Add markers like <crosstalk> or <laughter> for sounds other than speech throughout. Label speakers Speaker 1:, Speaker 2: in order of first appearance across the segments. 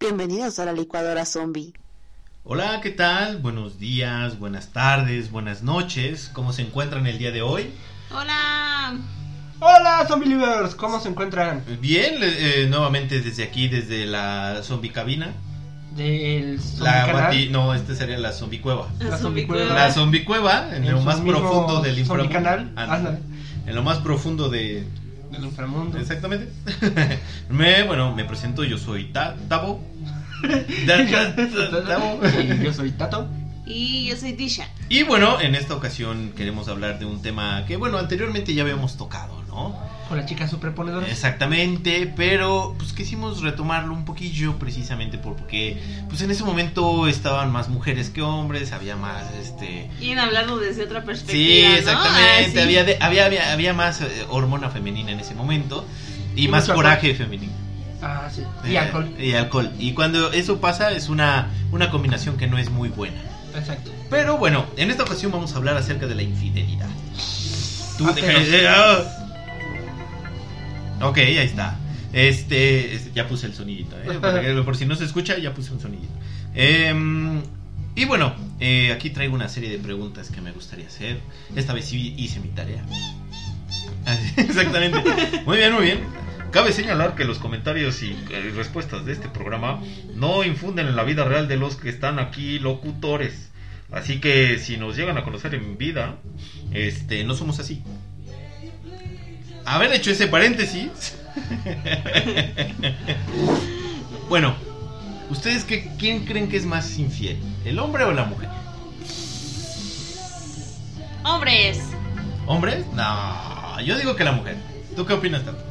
Speaker 1: Bienvenidos a la licuadora zombie.
Speaker 2: Hola, ¿qué tal? Buenos días, buenas tardes, buenas noches. ¿Cómo se encuentran el día de hoy?
Speaker 3: Hola.
Speaker 4: Hola, zombielivers, ¿cómo se encuentran?
Speaker 2: Bien, eh, nuevamente desde aquí, desde la zombie cabina.
Speaker 4: Del
Speaker 2: La guati-
Speaker 4: canal,
Speaker 2: no, este sería la zombie cueva.
Speaker 4: La zombie
Speaker 3: Ah.
Speaker 4: cueva.
Speaker 2: La zombie cueva, en,
Speaker 4: En
Speaker 2: lo
Speaker 4: su
Speaker 2: más
Speaker 4: mismo
Speaker 2: profundo del inframundo.
Speaker 4: zombicanal.
Speaker 2: Ándale.
Speaker 4: Ándale.
Speaker 2: En lo más profundo de.
Speaker 4: del inframundo. <laughs>
Speaker 2: Exactamente. <laughs> me, bueno, me presento, yo soy Ta- Tabo. Da- Ta- Tabo.
Speaker 4: Y yo soy Tato.
Speaker 3: Y yo soy Disha.
Speaker 2: Y bueno, en esta ocasión queremos hablar de un tema que, bueno, anteriormente ya habíamos tocado, ¿no?
Speaker 4: Con la chica superponedora.
Speaker 2: Exactamente, pero pues quisimos retomarlo un poquillo precisamente por- porque pues en ese momento estaban más mujeres que hombres, había más este
Speaker 3: Quieren hablarlo desde otra
Speaker 2: Sí,
Speaker 3: perspectiva. ¿no?
Speaker 2: exactamente,
Speaker 3: Ah, sí.
Speaker 2: había, de- había había había más eh, hormona femenina en ese momento y
Speaker 4: Y
Speaker 2: más
Speaker 4: mucho alcohol.
Speaker 2: coraje femenino.
Speaker 4: Ah, sí.
Speaker 2: Eh,
Speaker 4: Y alcohol.
Speaker 2: Y alcohol. Y cuando eso pasa es una una combinación que no es muy buena.
Speaker 4: Exacto.
Speaker 2: Pero bueno, en esta ocasión vamos a hablar acerca de la infidelidad. Tú
Speaker 4: Ah,
Speaker 2: deja
Speaker 4: pero-
Speaker 2: de- ah. Ok, ahí está. Este, este, ya puse el sonidito, ¿eh? Para que- por si no se escucha, ya puse un sonidito. Em, y bueno, eh, aquí traigo una serie de preguntas que me gustaría hacer. Esta vez sí hice mi tarea. <laughs> Ah, sí, Exactamente. Muy bien, muy bien. Cabe señalar que los comentarios y eh, respuestas de este programa no infunden en la vida real de los que están aquí locutores. Así que si nos llegan a conocer en vida, este, no somos así. Haber hecho ese paréntesis. bueno, ¿ustedes qué, quién creen que es más infiel? ¿El hombre o la mujer?
Speaker 3: Hombres.
Speaker 2: ¿Hombre? No, yo digo que la mujer. ¿Tú qué opinas, Tato?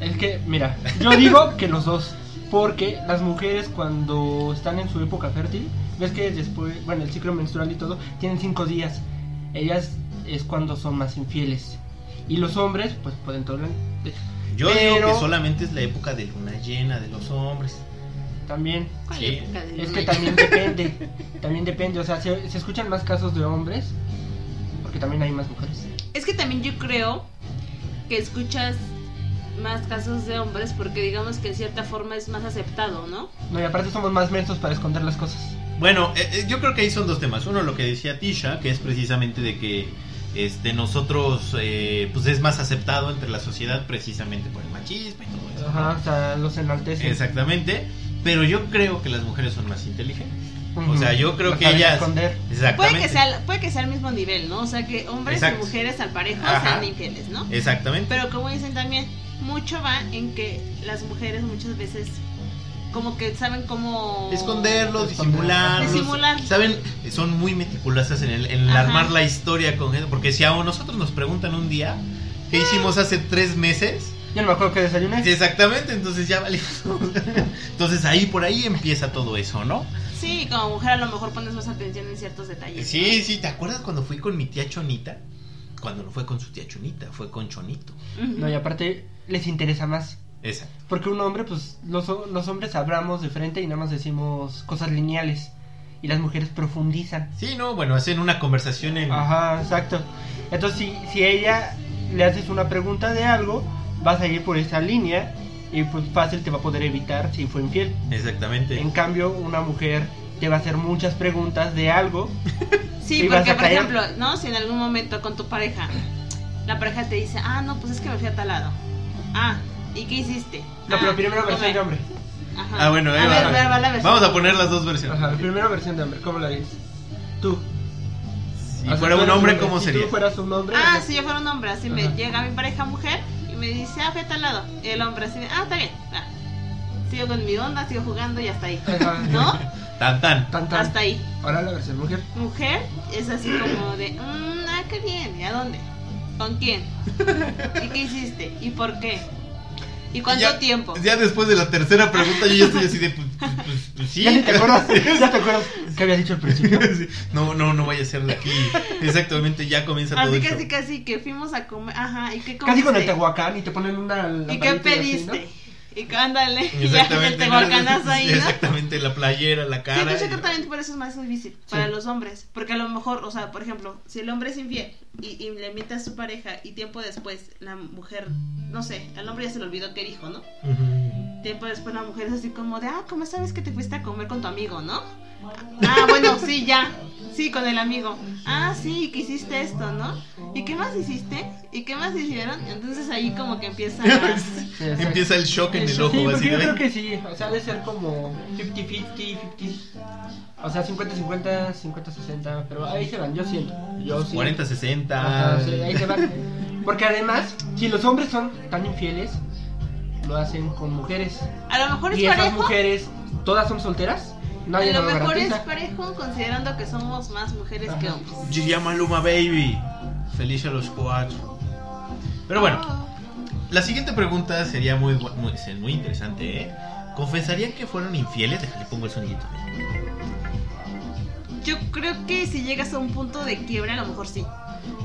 Speaker 4: Es que, mira, yo digo que los dos. Porque las mujeres cuando están en su época fértil, ves que después, bueno, el ciclo menstrual y todo, tienen cinco días. Ellas es cuando son más infieles. Y los hombres, pues pueden tolerar.
Speaker 2: Yo digo
Speaker 4: Pero-
Speaker 2: que solamente es la época de luna llena de los hombres.
Speaker 4: También.
Speaker 3: ¿Cuál
Speaker 2: Sí.
Speaker 3: época del
Speaker 4: Es
Speaker 3: año?
Speaker 4: que también depende, también depende, o sea, se, se escuchan más casos de hombres, porque también hay más mujeres.
Speaker 3: Es que también yo creo que escuchas más casos de hombres porque digamos que en cierta forma es más aceptado, ¿no?
Speaker 4: No, y aparte somos más mensos para esconder las cosas.
Speaker 2: Bueno, eh, eh, yo creo que ahí son dos temas. Uno, lo que decía Tisha, que es precisamente de que este, nosotros, eh, pues es más aceptado entre la sociedad precisamente por el machismo y todo eso. ¿no?
Speaker 4: Ajá, o sea, los enaltecen.
Speaker 2: Exactamente. Pero yo creo que las mujeres son más inteligentes.
Speaker 4: Ujú.
Speaker 2: o sea, yo creo
Speaker 4: Las
Speaker 2: que
Speaker 4: saben
Speaker 2: ellas-
Speaker 4: esconder.
Speaker 2: Exactamente.
Speaker 3: Puede que, sea, puede que sea al mismo nivel, ¿no? O sea, que hombres
Speaker 2: Exacto.
Speaker 3: y mujeres al parejo
Speaker 2: Ajá.
Speaker 3: sean infieles, ¿no?
Speaker 2: Exactamente.
Speaker 3: Pero como dicen también, mucho va en que las mujeres muchas veces como que saben cómo...
Speaker 2: Esconderlo,
Speaker 4: Esconderlo.
Speaker 2: disimularlo.
Speaker 3: Disimular.
Speaker 2: Saben, son muy meticulosas en el, en el
Speaker 3: Ajá.
Speaker 2: armar la historia con gente. Porque si a nosotros nos preguntan un día, ¿qué hicimos hace tres meses?
Speaker 4: Yo no me acuerdo que desayuné.
Speaker 2: Sí, Exactamente, entonces ya vale. <laughs> Entonces ahí por ahí empieza todo eso, ¿no?
Speaker 3: Sí, como mujer a lo mejor pones más atención en ciertos detalles.
Speaker 2: Sí, sí, ¿te acuerdas cuando fui con mi tía Chonita? Cuando no fue con su tía Chonita, fue con Chonito.
Speaker 3: Ujú.
Speaker 4: No, y aparte les interesa más.
Speaker 2: Esa.
Speaker 4: Porque un hombre, pues, los, ho- los hombres hablamos de frente y nada más decimos cosas lineales. Y las mujeres profundizan.
Speaker 2: Sí, no, bueno, hacen una conversación en.
Speaker 4: Ajá, exacto. Entonces, si, si a ella le haces una pregunta de algo, vas a ir por esa línea y pues fácil te va a poder evitar si fue infiel. En
Speaker 2: Exactamente.
Speaker 4: cambio, una mujer te va a hacer muchas preguntas de algo.
Speaker 3: Sí,
Speaker 4: Sí, vas
Speaker 3: porque
Speaker 4: a
Speaker 3: por
Speaker 4: caer.
Speaker 3: ejemplo, ¿no? Si en algún momento con tu pareja, la pareja te dice, ah, no, pues es que me fui a tal lado. Ah, ¿y qué hiciste?
Speaker 4: No,
Speaker 3: Ah,
Speaker 4: pero primero
Speaker 3: come".
Speaker 4: versión de hombre.
Speaker 3: Ajá.
Speaker 2: Ah, bueno, ahí
Speaker 3: a
Speaker 2: va.
Speaker 3: ver, ver, va la versión.
Speaker 2: Vamos a poner las dos versiones.
Speaker 4: Ajá, primero versión de hombre. ¿Cómo la dices? Tú.
Speaker 2: Si
Speaker 4: O sea,
Speaker 2: fuera
Speaker 4: tú
Speaker 2: un
Speaker 4: eres
Speaker 2: hombre, ¿cómo
Speaker 4: si
Speaker 2: sería?
Speaker 4: tú fueras un hombre.
Speaker 3: Ah,
Speaker 4: ajá.
Speaker 3: si yo fuera un hombre, así me
Speaker 4: Ajá.
Speaker 3: llega mi pareja mujer y me dice, ah, fui a tal lado. Y el hombre así, de, ah, está bien. Ah, sigo con mi onda, sigo jugando y hasta ahí.
Speaker 4: Ajá.
Speaker 3: ¿No?
Speaker 2: Tan tan.
Speaker 4: Tan, tan.
Speaker 3: Hasta ahí.
Speaker 4: Ahora la versión mujer.
Speaker 3: Mujer es así como de, mmm, ah, qué bien, ¿y a dónde? ¿Con quién? ¿Y qué hiciste? ¿Y por qué? ¿Y cuánto
Speaker 2: Ya-
Speaker 3: tiempo?
Speaker 2: Ya después de la tercera pregunta, yo ya estoy así de. Pues, pues, pues, pues, sí.
Speaker 4: ¿Ya ni te acuerdas? ¿Ya te acuerdas qué habías dicho al principio?
Speaker 2: <laughs> Sí. No, no, no vaya a ser de aquí. Exactamente, ya comienza todo
Speaker 3: Así
Speaker 2: el
Speaker 3: casi
Speaker 2: show.
Speaker 3: casi que fuimos a comer, ajá, ¿y qué comiste?
Speaker 4: Casi con el Tehuacán y te ponen una.
Speaker 3: ¿Y qué
Speaker 4: lamparita así, ¿no?
Speaker 3: pediste? Y que, ándale, y ya el
Speaker 2: Exactamente.
Speaker 3: tehuacanazo ahí, ¿no?
Speaker 2: Exactamente, la playera, la
Speaker 3: Sí,
Speaker 2: cara.
Speaker 3: entonces
Speaker 2: y-
Speaker 3: creo que también por eso es más difícil para los hombres. Porque a lo mejor, o sea, por ejemplo, si el hombre es infiel y, y le miente a su pareja y tiempo después la mujer, no sé, al hombre ya se le olvidó que dijo, ¿no?
Speaker 2: Ujú.
Speaker 3: Tiempo después la mujer es pues, así como de, ah, ¿cómo sabes que te fuiste a comer con tu amigo, no? Ah, bueno, sí, ya. Sí, con el amigo. Ah, sí, que hiciste esto, ¿no? ¿Y qué más hiciste? ¿Y qué más hicieron? Entonces ahí como que empieza
Speaker 4: <laughs>
Speaker 3: a...
Speaker 4: Sí, exacto.
Speaker 2: Empieza el shock en el
Speaker 4: Sí,
Speaker 2: ojo,
Speaker 4: porque
Speaker 2: así
Speaker 4: yo
Speaker 2: de-
Speaker 4: creo que sí, o sea, debe ser como 50-50, 50, o sea, 50-50, 50-60, pero ahí se van, yo siento, yo sí.
Speaker 2: 40, 60.
Speaker 4: Ajá, sí, ahí se van. Porque además, si los hombres son tan infieles, lo hacen con mujeres.
Speaker 3: A lo mejor es
Speaker 4: Y esas
Speaker 3: parejo.
Speaker 4: mujeres, todas son solteras, nadie
Speaker 3: a lo
Speaker 4: nos
Speaker 3: mejor es
Speaker 4: garantiza.
Speaker 3: parejo considerando que somos más mujeres que
Speaker 4: Ajá.
Speaker 3: hombres.
Speaker 2: Diría Maluma Baby. Feliz a los cuatro. Pero bueno, la siguiente pregunta sería muy, bu- muy, se- muy interesante, ¿eh? ¿Confesarían que fueron infieles? Déjale, pongo el sonidito. ¿eh?
Speaker 3: Yo creo que si llegas a un punto de quiebra, a lo mejor sí.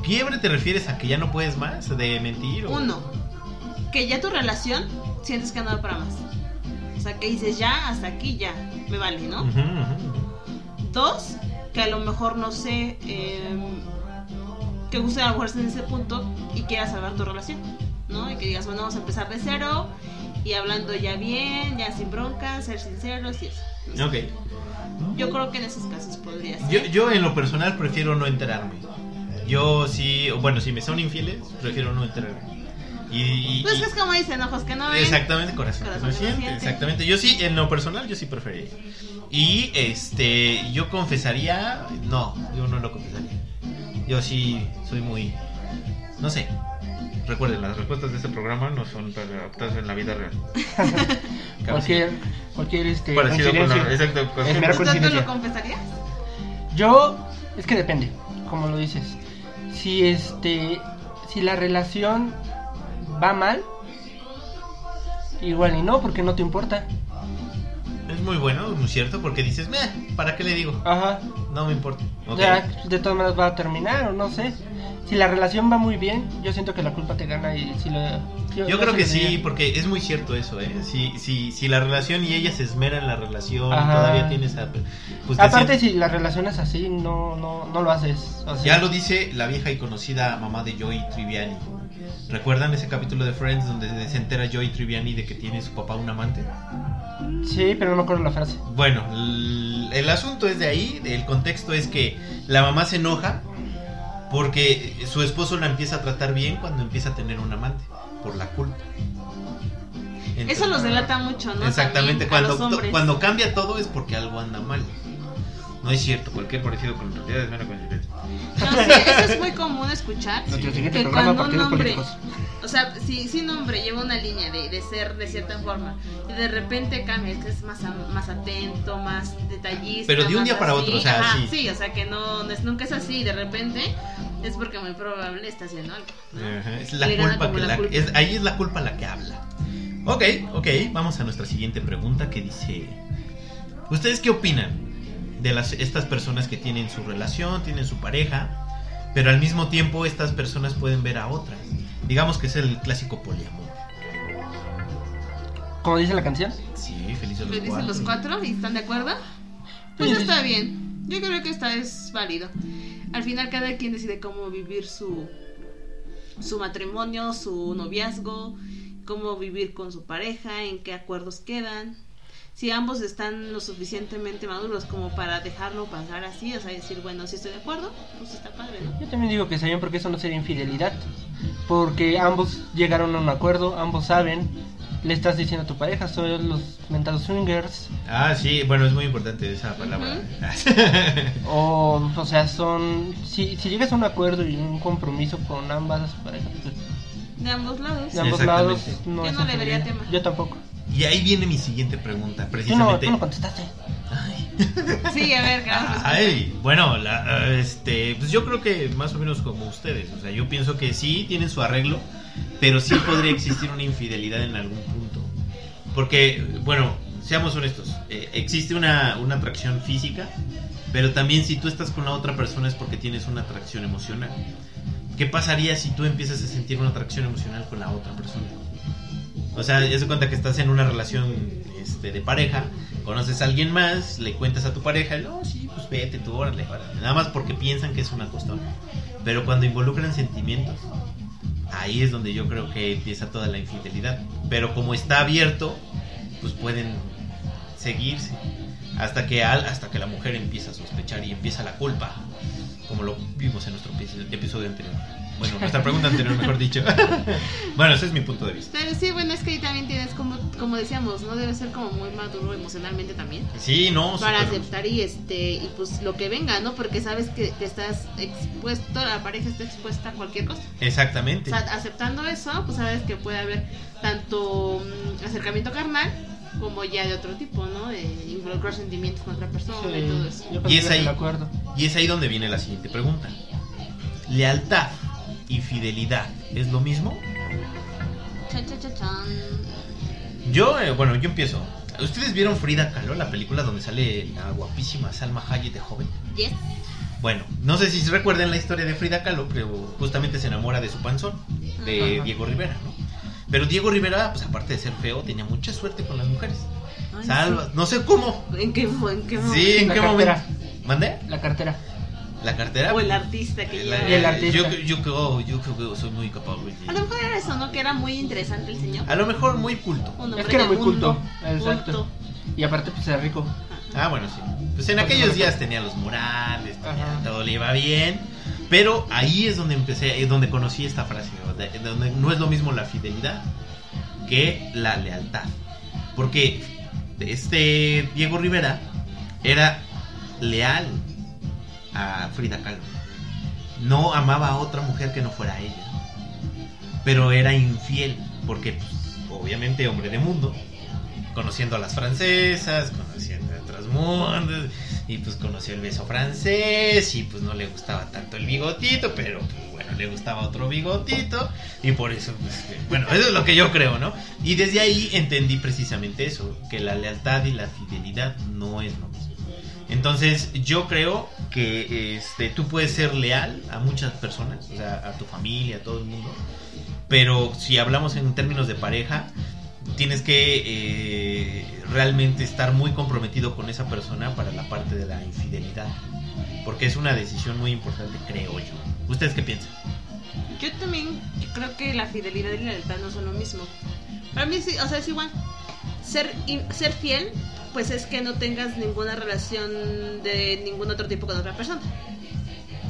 Speaker 2: ¿Quiebre te refieres a que ya no puedes más de mentir? o-
Speaker 3: Uno, que ya tu relación sientes que ha andado para más. O sea, que dices ya, hasta aquí ya, me vale, ¿no?
Speaker 2: Ujú, ujú.
Speaker 3: Dos, que a lo mejor no sé, eh, que guste a lo mejor estés en ese punto y quieras salvar tu relación, ¿no? Y que digas, bueno, vamos a empezar de cero y hablando ya bien, ya sin broncas, ser sinceros y eso.
Speaker 2: Ok.
Speaker 3: Yo creo que en esos casos podría ser.
Speaker 2: Yo, yo en lo personal prefiero no enterarme. Yo sí, bueno, si me son infieles, prefiero no enterarme. Y, y-
Speaker 3: Pues
Speaker 2: y-
Speaker 3: que es como dicen, ojos que no ven.
Speaker 2: Exactamente, corazón. que
Speaker 3: Corazón
Speaker 2: no
Speaker 3: que no
Speaker 2: siente,
Speaker 3: siente.
Speaker 2: Exactamente. Yo sí, en lo personal, yo sí preferiría. Y este, yo confesaría. No, yo no lo confesaría. Yo sí soy muy. No sé. Recuerden, las respuestas de este programa no son para adaptarse en la vida real. Cabe
Speaker 4: Cualquier, cualquier, este,
Speaker 2: decir, Parecido con la-
Speaker 4: coincidencia.
Speaker 2: Exacto. con-
Speaker 4: Es mera
Speaker 3: ¿Tú tanto
Speaker 4: coincidencia.
Speaker 3: lo confesarías?
Speaker 4: Yo, es que depende, como lo dices. Si este, si la relación va mal, igual y no, porque no te importa.
Speaker 2: Es muy bueno, ¿no es cierto? Porque dices, "Meh, ¿para qué le digo?
Speaker 4: Ajá.
Speaker 2: No me importa. Ok.
Speaker 4: Ya, de todas maneras va a terminar o no sé. Si la relación va muy bien, yo siento que la culpa te gana y si lo.
Speaker 2: Yo creo
Speaker 4: se
Speaker 2: que
Speaker 4: lo
Speaker 2: sí,
Speaker 4: diría.
Speaker 2: porque es muy cierto eso, ¿eh? Si, si, si la relación y ella se esmera en la relación,
Speaker 4: Ajá.
Speaker 2: todavía tienes a... pues, te
Speaker 4: Aparte
Speaker 2: sientes-
Speaker 4: si la relación es así, no, no, no lo haces. o sea,
Speaker 2: Ya lo dice la vieja y conocida mamá de Joey Triviani. ¿Recuerdan ese capítulo de Friends donde se entera Joey Triviani de que tiene su papá un amante?
Speaker 4: Sí, pero no me acuerdo la frase.
Speaker 2: Bueno, l- el asunto es de ahí, el contexto es que la mamá se enoja porque su esposo la empieza a tratar bien cuando empieza a tener un amante, por la culpa. Entonces-
Speaker 3: Eso los delata mucho, ¿no?
Speaker 2: Exactamente,
Speaker 3: También a
Speaker 2: cuando,
Speaker 3: los hombres.
Speaker 2: cuando cambia todo es porque algo anda mal. No es cierto, cualquier parecido con la realidad es mera coincidencia.
Speaker 3: No, sí, eso es muy común escuchar.
Speaker 4: Nuestro
Speaker 3: Que
Speaker 4: siguiente programa,
Speaker 3: cuando un
Speaker 4: partidos
Speaker 3: hombre-
Speaker 4: políticos.
Speaker 3: O sea, si, si un hombre lleva una línea de, de ser de cierta forma y de repente cambia, es que es más, am- más atento, más detallista.
Speaker 2: Pero de un
Speaker 3: más
Speaker 2: día para
Speaker 3: así.
Speaker 2: otro, o sea,
Speaker 3: Ajá,
Speaker 2: sí.
Speaker 3: o sea, que no, no es- nunca es así, de repente es porque muy probable está haciendo algo. ¿no?
Speaker 2: Ajá, Es la
Speaker 3: Le gana
Speaker 2: culpa
Speaker 3: como
Speaker 2: que
Speaker 3: la
Speaker 2: la-
Speaker 3: culpa.
Speaker 2: es- ahí es la culpa la que habla. Ok, ok, vamos a nuestra siguiente pregunta que dice, ¿ustedes qué opinan de las, estas personas que tienen su relación, tienen su pareja, pero al mismo tiempo estas personas pueden ver a otras? Digamos que es el clásico poliamor.
Speaker 4: Como dice la canción.
Speaker 2: Sí, feliz a los
Speaker 3: Lo dicen los cuatro y están de acuerdo. Pues
Speaker 4: Sí.
Speaker 3: está bien. Yo creo que está es válido. Al final cada quien decide cómo vivir su su matrimonio, su noviazgo, cómo vivir con su pareja, en qué acuerdos quedan. Si ambos están lo suficientemente maduros como para dejarlo pasar así, o sea, decir, bueno, si estoy de acuerdo, pues está padre, ¿no?
Speaker 4: Yo también digo que está bien porque eso no sería infidelidad. Porque ambos llegaron a un acuerdo, ambos saben, le estás diciendo a tu pareja, son los mentados swingers,
Speaker 2: Ah, sí, bueno, es muy importante esa palabra.
Speaker 4: o, o sea, son... Si, si llegas a un acuerdo y un compromiso con ambas parejas, pues,
Speaker 3: De ambos lados.
Speaker 4: de ambos
Speaker 2: Exactamente.
Speaker 4: lados, no
Speaker 3: Yo
Speaker 4: es
Speaker 3: no le vería
Speaker 4: infidelidad.
Speaker 3: tema.
Speaker 4: Yo tampoco.
Speaker 2: y ahí viene mi siguiente pregunta,
Speaker 4: Tú no,
Speaker 2: precisamente.
Speaker 4: tú no contestaste.
Speaker 2: Ay.
Speaker 3: <laughs> Sí, a ver, pues, claro.
Speaker 2: Ay, bueno, la- este, pues yo creo que más o menos como ustedes, o sea, yo pienso que sí tienen su arreglo, pero sí podría existir una infidelidad en algún punto. Porque, bueno, seamos honestos, eh, existe una, una atracción física, pero también si tú estás con la otra persona es porque tienes una atracción emocional. ¿Qué pasaría si tú empiezas a sentir una atracción emocional con la otra persona? O sea, ya se cuenta que estás en una relación este, de pareja, conoces a alguien más, le cuentas a tu pareja, no, sí, pues vete tú, órale, órale", Nada más porque piensan que es una costumbre. Pero cuando involucran sentimientos, ahí es donde yo creo que empieza toda la infidelidad. Pero como está abierto, pues pueden seguirse. Hasta que, al- hasta que la mujer empieza a sospechar y empieza la culpa. Como lo vimos en nuestro epi- episodio anterior. Bueno, nuestra pregunta anterior, mejor dicho. <laughs> bueno, ese es mi punto de vista.
Speaker 3: Pero sí, bueno, es que ahí también tienes, como, como decíamos, ¿no? Debe ser como muy maduro emocionalmente también.
Speaker 2: Sí, no,
Speaker 3: para
Speaker 2: súper-
Speaker 3: aceptar y este y pues lo que venga, ¿no? Porque sabes que te estás expuesto, la pareja está expuesta a cualquier cosa. O
Speaker 2: Exactamente.
Speaker 3: sea, aceptando eso, pues sabes que puede haber tanto mm, acercamiento carnal como ya de otro tipo, ¿no? De involucrar sentimientos con otra persona y todo eso.
Speaker 4: yo
Speaker 2: Y es ahí.
Speaker 4: De acuerdo.
Speaker 2: Y es ahí donde viene la siguiente pregunta. ¿Lealtad y fidelidad es lo mismo?
Speaker 3: Chan, chan, chan, chan.
Speaker 2: Yo, eh, bueno, yo empiezo. ¿Ustedes vieron Frida Kahlo, la película donde sale la guapísima Salma Hayek de joven?
Speaker 3: Yes.
Speaker 2: Bueno, no sé si recuerdan la historia de Frida Kahlo, pero justamente se enamora de su panzón, de
Speaker 4: Ajá.
Speaker 2: Diego Rivera, ¿no? Pero Diego Rivera, pues aparte de ser feo, tenía mucha suerte con las mujeres.
Speaker 3: Ay,
Speaker 2: Salva, no sé cómo.
Speaker 3: sí. ¿En qué, fue- en qué
Speaker 2: Sí,
Speaker 3: momento?
Speaker 2: ¿en
Speaker 4: La
Speaker 2: qué
Speaker 4: cartera.
Speaker 2: momento? ¿Mandé?
Speaker 4: La cartera.
Speaker 2: ¿La cartera?
Speaker 3: O el artista que
Speaker 2: La-
Speaker 4: Y el
Speaker 3: lleva.
Speaker 2: Yo,
Speaker 4: artista.
Speaker 2: yo creo, yo creo que soy muy capaz. güey, de-
Speaker 3: A lo mejor era eso, ¿no? Que era muy interesante el señor.
Speaker 2: A lo mejor muy culto.
Speaker 3: Un hombre
Speaker 4: Es que era muy
Speaker 3: segundo,
Speaker 4: culto. Exacto. Y aparte, pues era rico.
Speaker 2: Ah, bueno, sí. Pues en aquellos días tenía los murales, tenía-
Speaker 4: Ajá.
Speaker 2: todo le iba bien. Pero ahí es donde empecé, es donde conocí esta frase, ¿no? De- de donde no es lo mismo la fidelidad que la lealtad. Porque este Diego Rivera era leal a Frida Kahlo. No amaba a otra mujer que no fuera ella. Pero era infiel, porque pues, obviamente hombre de mundo, conociendo a las francesas, conociendo a otros mundos, y pues conoció el beso francés, y pues no le gustaba tanto el bigotito, pero pues, bueno, le gustaba otro bigotito, y por eso, pues, que- bueno, eso es lo que yo creo, ¿no? Y desde ahí entendí precisamente eso, que la lealtad y la fidelidad no es lo mismo. Entonces yo creo que este, tú puedes ser leal a muchas personas, o sea, a tu familia, a todo el mundo, pero si hablamos en términos de pareja, tienes que eh, realmente estar muy comprometido con esa persona para la parte de la infidelidad, porque es una decisión muy importante, creo yo. ¿Ustedes qué piensan?
Speaker 3: Yo también creo que la fidelidad y la lealtad no son lo mismo. Para mí, sí, o sea, es igual. Ser, in- ser fiel, pues es que no tengas ninguna relación de ningún otro tipo con otra persona.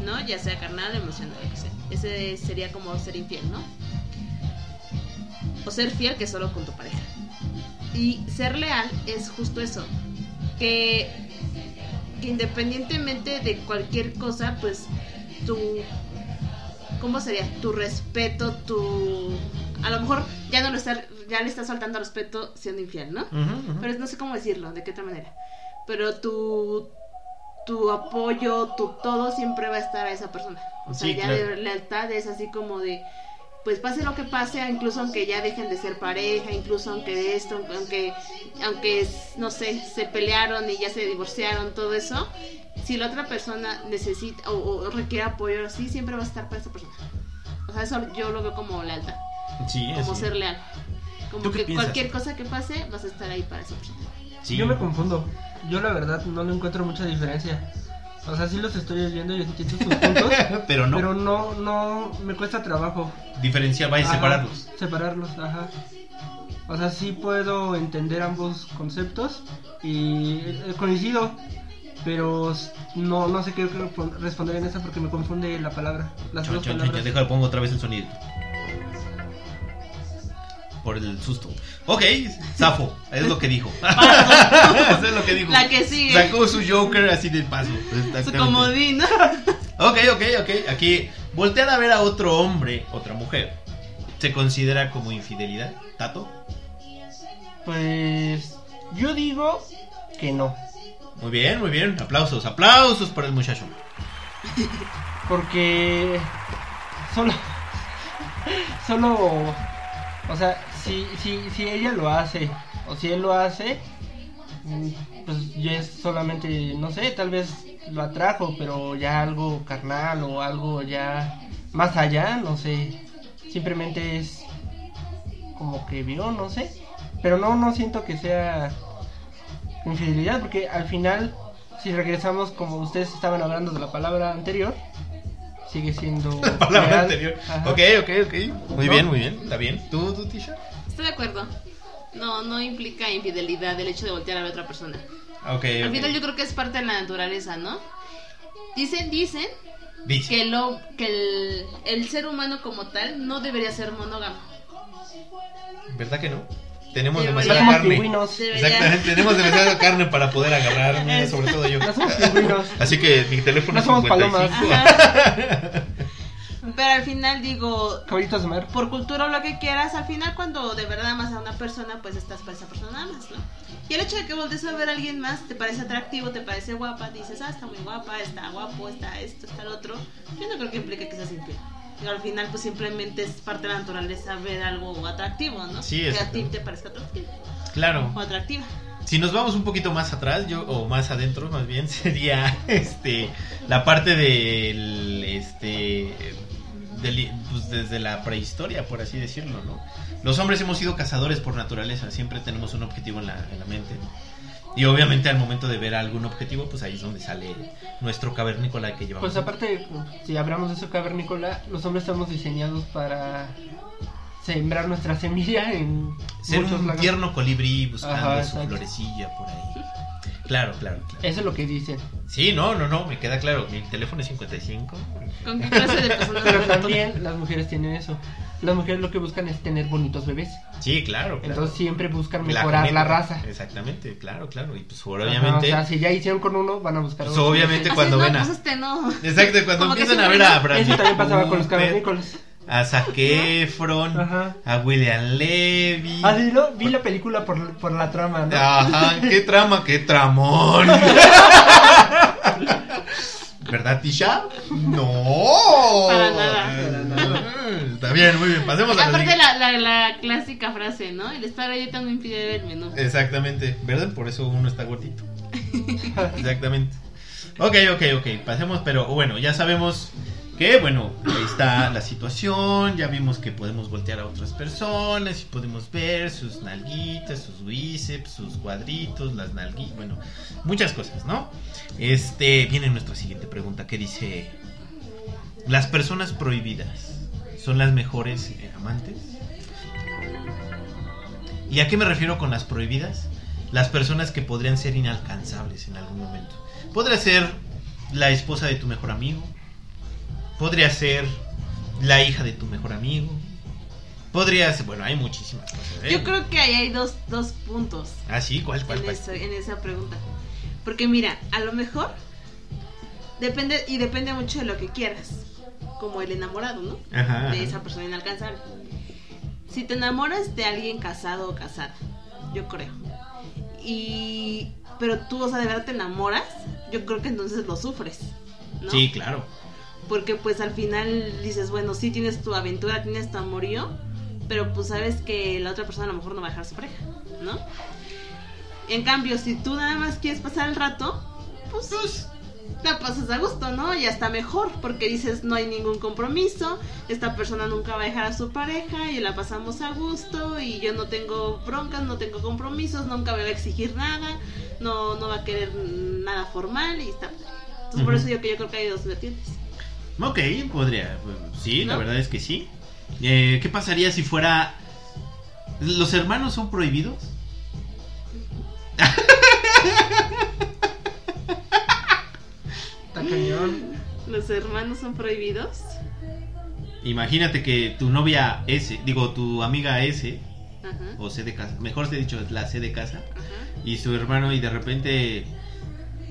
Speaker 3: ¿No? Ya sea carnal, emocional, lo que sea. Ese sería como ser infiel, ¿no? O ser fiel que solo con tu pareja. Y ser leal es justo eso. Que, que independientemente de cualquier cosa, pues tu ¿cómo sería? Tu respeto, tu... A lo mejor ya no lo está, ya le estás faltando al respeto siendo infiel, ¿no? Pero no sé cómo decirlo, de qué otra manera. Pero tu, tu apoyo, tu todo siempre va a estar a esa persona. O sea,
Speaker 2: Sí,
Speaker 3: ya
Speaker 2: claro.
Speaker 3: de lealtad es así como de, pues pase lo que pase, incluso aunque ya dejen de ser pareja, incluso aunque esto, aunque- aunque, aunque es- no sé, se pelearon y ya se divorciaron, todo eso. Si la otra persona necesita o, o requiere apoyo, sí, siempre va a estar para esa persona. O sea, eso yo lo veo como lealtad,
Speaker 2: Sí,
Speaker 3: como ser leal. Como
Speaker 2: ¿Tú qué
Speaker 3: que
Speaker 2: piensas?
Speaker 3: cualquier cosa que pase, vas a estar ahí para esa persona.
Speaker 2: Sí.
Speaker 4: Yo
Speaker 2: <laughs>
Speaker 4: me confundo. Yo la verdad no le encuentro mucha diferencia. O sea, sí los estoy viendo y entiendo sus puntos. <laughs>
Speaker 2: Pero no,
Speaker 4: Pero no, no, me cuesta trabajo.
Speaker 2: diferenciar, vaya a
Speaker 4: Ajá,
Speaker 2: separarlos.
Speaker 4: Separarlos, ajá. O sea, sí puedo entender ambos conceptos y eh, coincido, pero s- no, no sé qué repon- responder en esta porque me confunde la palabra. Las
Speaker 2: Chon, chon,
Speaker 4: dos
Speaker 2: chon,
Speaker 4: palabras.
Speaker 2: chon, déjale, pongo otra vez el sonido. Por el susto. Ok, Zafo, es lo que dijo. <laughs> Eso es lo que dijo.
Speaker 3: La que sigue.
Speaker 2: Sacó su Joker así de paso.
Speaker 3: Su
Speaker 2: Exactamente.
Speaker 3: comodín, ¿no?
Speaker 2: Ok, ok, ok. Aquí, voltear a ver a otro hombre, otra mujer, ¿se considera como infidelidad? ¿Tato?
Speaker 4: Pues yo digo que no.
Speaker 2: Muy bien, muy bien. Aplausos, aplausos para el muchacho. <laughs>
Speaker 4: Porque solo, solo, o sea, si, si, si ella lo hace o si él lo hace, mm, pues yo es solamente, no sé, tal vez lo atrajo, pero ya algo carnal o algo ya más allá, no sé, simplemente es como que vio, no sé. Pero no, no siento que sea infidelidad, porque al final, si regresamos como ustedes estaban hablando de la palabra anterior, sigue siendo...
Speaker 2: <laughs> La palabra
Speaker 4: real.
Speaker 2: anterior.
Speaker 4: Ajá.
Speaker 2: Ok, ok, ok. Muy
Speaker 4: ¿No?
Speaker 2: bien, muy bien. Está bien. ¿Tú, tú, Tisha?
Speaker 3: Estoy de acuerdo. No, no implica infidelidad el hecho de voltear a la otra persona.
Speaker 2: Ok.
Speaker 3: Al
Speaker 2: ok.
Speaker 3: final yo creo que es parte de la naturaleza, ¿no? Dicen, dicen
Speaker 2: Dice.
Speaker 3: que, lo, que el, el ser humano como tal no debería ser monógamo.
Speaker 2: ¿Verdad que no? Tenemos
Speaker 3: Debería-
Speaker 2: demasiada
Speaker 4: Pues Somos
Speaker 2: Pues carne.
Speaker 4: pingüinos.
Speaker 3: Debería.
Speaker 2: Exactamente, tenemos
Speaker 3: <laughs>
Speaker 2: demasiada carne para poder agarrar, ¿no? sobre todo yo.
Speaker 4: No somos pingüinos.
Speaker 2: <laughs> Así que mi teléfono
Speaker 4: No
Speaker 2: es
Speaker 4: somos
Speaker 2: 55.
Speaker 3: Ajá. Pero al final digo,
Speaker 4: Caballitos de mar.
Speaker 3: por cultura o lo que quieras, al final cuando de verdad amas a una persona, pues estás para esa persona más, ¿no? Y el hecho de que voltees a ver a alguien más, te parece atractivo, te parece guapa, dices, ah, está muy guapa, está guapo, está esto, está el otro, yo no creo que implique que seas infiel. Pero al final, pues simplemente es parte de la naturaleza ver algo atractivo, ¿no?
Speaker 2: Sí,
Speaker 3: que a
Speaker 2: exacto.
Speaker 3: ti te parezca atractivo
Speaker 2: Claro.
Speaker 3: o atractiva.
Speaker 2: Si nos vamos un poquito más atrás, yo, o más adentro más bien, <laughs> sería este la parte del este del- pues, desde la prehistoria, por así decirlo, ¿no? Los hombres hemos sido cazadores por naturaleza, siempre tenemos un objetivo en la, en la mente. Y obviamente al momento de ver algún objetivo, pues ahí es donde sale nuestro cavernícola que llevamos.
Speaker 4: Pues aparte, si hablamos de eso cavernícola, los hombres estamos diseñados para sembrar nuestra semilla en
Speaker 2: Ser
Speaker 4: muchos
Speaker 2: un
Speaker 4: lagos.
Speaker 2: tierno colibrí buscando
Speaker 4: Ajá,
Speaker 2: su
Speaker 4: exacto.
Speaker 2: florecilla por ahí. Claro, claro, claro.
Speaker 4: Eso es lo que dicen.
Speaker 2: Sí, no, no, no, me queda claro. Mi teléfono es 55.
Speaker 3: ¿Con qué clase de personas
Speaker 2: <laughs>
Speaker 4: Pero
Speaker 3: hablas tú?
Speaker 4: también las mujeres tienen eso. Las mujeres lo que buscan es tener bonitos bebés.
Speaker 2: Sí, claro, claro.
Speaker 4: Entonces siempre buscan mejorar
Speaker 2: genética.
Speaker 4: la, raza.
Speaker 2: Exactamente, claro, claro. Y pues
Speaker 4: Ajá, o
Speaker 2: obviamente.
Speaker 4: sea, si ya hicieron con uno, van a buscar
Speaker 2: pues,
Speaker 4: otro.
Speaker 2: obviamente
Speaker 3: Así,
Speaker 2: cuando
Speaker 3: no,
Speaker 2: ven a.
Speaker 3: pues este no.
Speaker 2: Exacto, cuando
Speaker 3: Como que
Speaker 2: empiezan a
Speaker 3: siempre
Speaker 2: ver a
Speaker 3: no.
Speaker 2: Brad
Speaker 4: Eso también pasaba con los
Speaker 2: Pitt,
Speaker 4: cavernícolas.
Speaker 2: A Zac Efron,
Speaker 4: Ajá.
Speaker 2: a William Levy.
Speaker 4: Ah, sí, ¿no? Vi la película por, por la trama, ¿no?
Speaker 2: Ajá, qué trama, qué
Speaker 4: <laughs>
Speaker 2: tramón. ¿Verdad, Tisha? No.
Speaker 3: Para nada.
Speaker 4: Para nada.
Speaker 2: Está bien, muy bien. Pasemos a la
Speaker 3: Aparte
Speaker 2: siguiente.
Speaker 3: la, la, la clásica frase, ¿no? El estar ahí tan impide verme, ¿no?
Speaker 2: Exactamente, ¿verdad? Por eso uno está gordito. Exactamente. Ok, ok, ok. Pasemos, pero bueno, ya sabemos que, bueno, ahí está la situación. Ya vimos que podemos voltear a otras personas y podemos ver sus nalguitas, sus bíceps, sus cuadritos, las nalguitas, bueno, muchas cosas, ¿no? Este, viene nuestra siguiente pregunta que dice: ¿Las personas prohibidas son las mejores eh, amantes? ¿Y a qué me refiero con las prohibidas? Las personas que podrían ser inalcanzables en algún momento. Podría ser la esposa de tu mejor amigo. Podría ser la hija de tu mejor amigo. Podría ser, bueno, hay muchísimas cosas. ¿eh?
Speaker 3: Yo creo que ahí hay dos, dos puntos
Speaker 2: Ah, sí, ¿cuál, cuál,
Speaker 3: en,
Speaker 2: cuál?
Speaker 3: esa, en esa pregunta. Porque mira, a lo mejor depende y depende mucho de lo que quieras. Como el enamorado, ¿no?
Speaker 2: Ajá, ajá.
Speaker 3: De esa persona inalcanzable. Si te enamoras de alguien casado o casada, yo creo. Y pero tú, o sea, de verdad te enamoras, yo creo que entonces lo sufres. ¿no?
Speaker 2: Sí, claro.
Speaker 3: Porque pues al final dices, bueno, sí tienes tu aventura, tienes tu amorío, pero pues sabes que la otra persona a lo mejor no va a dejar a su pareja, ¿no? En cambio, si tú nada más quieres pasar el rato, pues, la pasas a gusto, ¿no? Y hasta mejor, porque dices, no hay ningún compromiso, esta persona nunca va a dejar a su pareja y la pasamos a gusto y yo no tengo broncas, no tengo compromisos, nunca me va a exigir nada, no, no va a querer nada formal y está. Entonces por
Speaker 2: Ujú.
Speaker 3: eso yo, que- yo creo que hay dos vertientes.
Speaker 2: Ok, podría. pues, Sí, la
Speaker 3: ¿No?
Speaker 2: verdad es que sí. Eh, ¿Qué pasaría si fuera... ¿Los hermanos son prohibidos?
Speaker 4: Está cañón.
Speaker 3: ¿Los hermanos son prohibidos?
Speaker 2: Imagínate que tu novia S, digo, tu amiga S,
Speaker 3: Ajá.
Speaker 2: o C de casa, mejor se ha dicho, es la C de casa,
Speaker 3: Ajá.
Speaker 2: y su hermano, y de repente,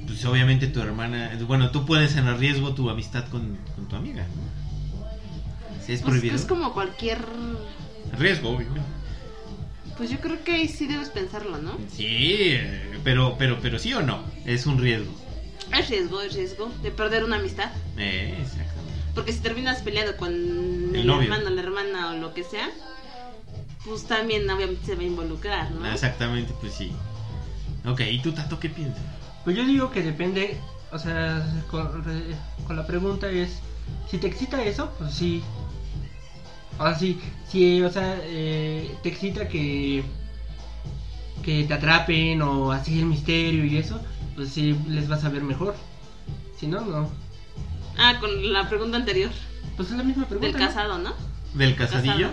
Speaker 2: pues obviamente tu hermana, bueno, tú pones en riesgo tu amistad con, con tu amiga, ¿no? Sí, Es
Speaker 3: Pues,
Speaker 2: prohibido.
Speaker 3: es como cualquier...
Speaker 2: Riesgo, obviamente.
Speaker 3: Pues yo creo que ahí sí debes pensarlo, ¿no?
Speaker 2: Sí, eh, pero, pero, pero sí o no, es un riesgo.
Speaker 3: Es riesgo, es riesgo de perder una amistad.
Speaker 2: Eh, exactamente.
Speaker 3: Porque si terminas peleado con el,
Speaker 2: novio.
Speaker 3: hermano, la hermana o lo que sea, pues también obviamente se va a involucrar, ¿no?
Speaker 2: Ah, Exactamente, pues sí. Ok, ¿y tú, Tato, qué piensas?
Speaker 4: Pues yo digo que depende, o sea, con, re- con la pregunta es, si te excita eso, pues sí. Ah, sí, sí, o sea, eh, te excita que que te atrapen o así el misterio y eso, pues sí les vas a ver mejor. Si no, no.
Speaker 3: Ah, con la pregunta anterior.
Speaker 4: Pues es la misma pregunta.
Speaker 3: Del
Speaker 4: ¿no?
Speaker 3: casado, ¿no?
Speaker 2: ¿Del casadillo?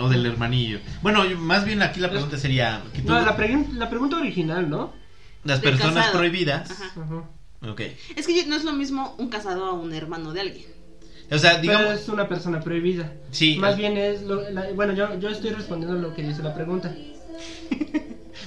Speaker 2: ¿O del hermanillo? Bueno, yo- más bien aquí la pregunta sería... que tú-
Speaker 4: No, la, pregun- la pregunta original, ¿no?
Speaker 2: las
Speaker 3: del
Speaker 2: personas
Speaker 3: casado.
Speaker 2: prohibidas...
Speaker 3: Ajá.
Speaker 4: Ajá.
Speaker 2: Ok.
Speaker 3: Es que yo- no es lo mismo un casado a un hermano de alguien.
Speaker 2: O sea, digamos...
Speaker 4: Pero es una persona prohibida.
Speaker 2: sí, ah.
Speaker 4: Más bien es lo- la- bueno, yo, yo estoy respondiendo lo que dice la pregunta.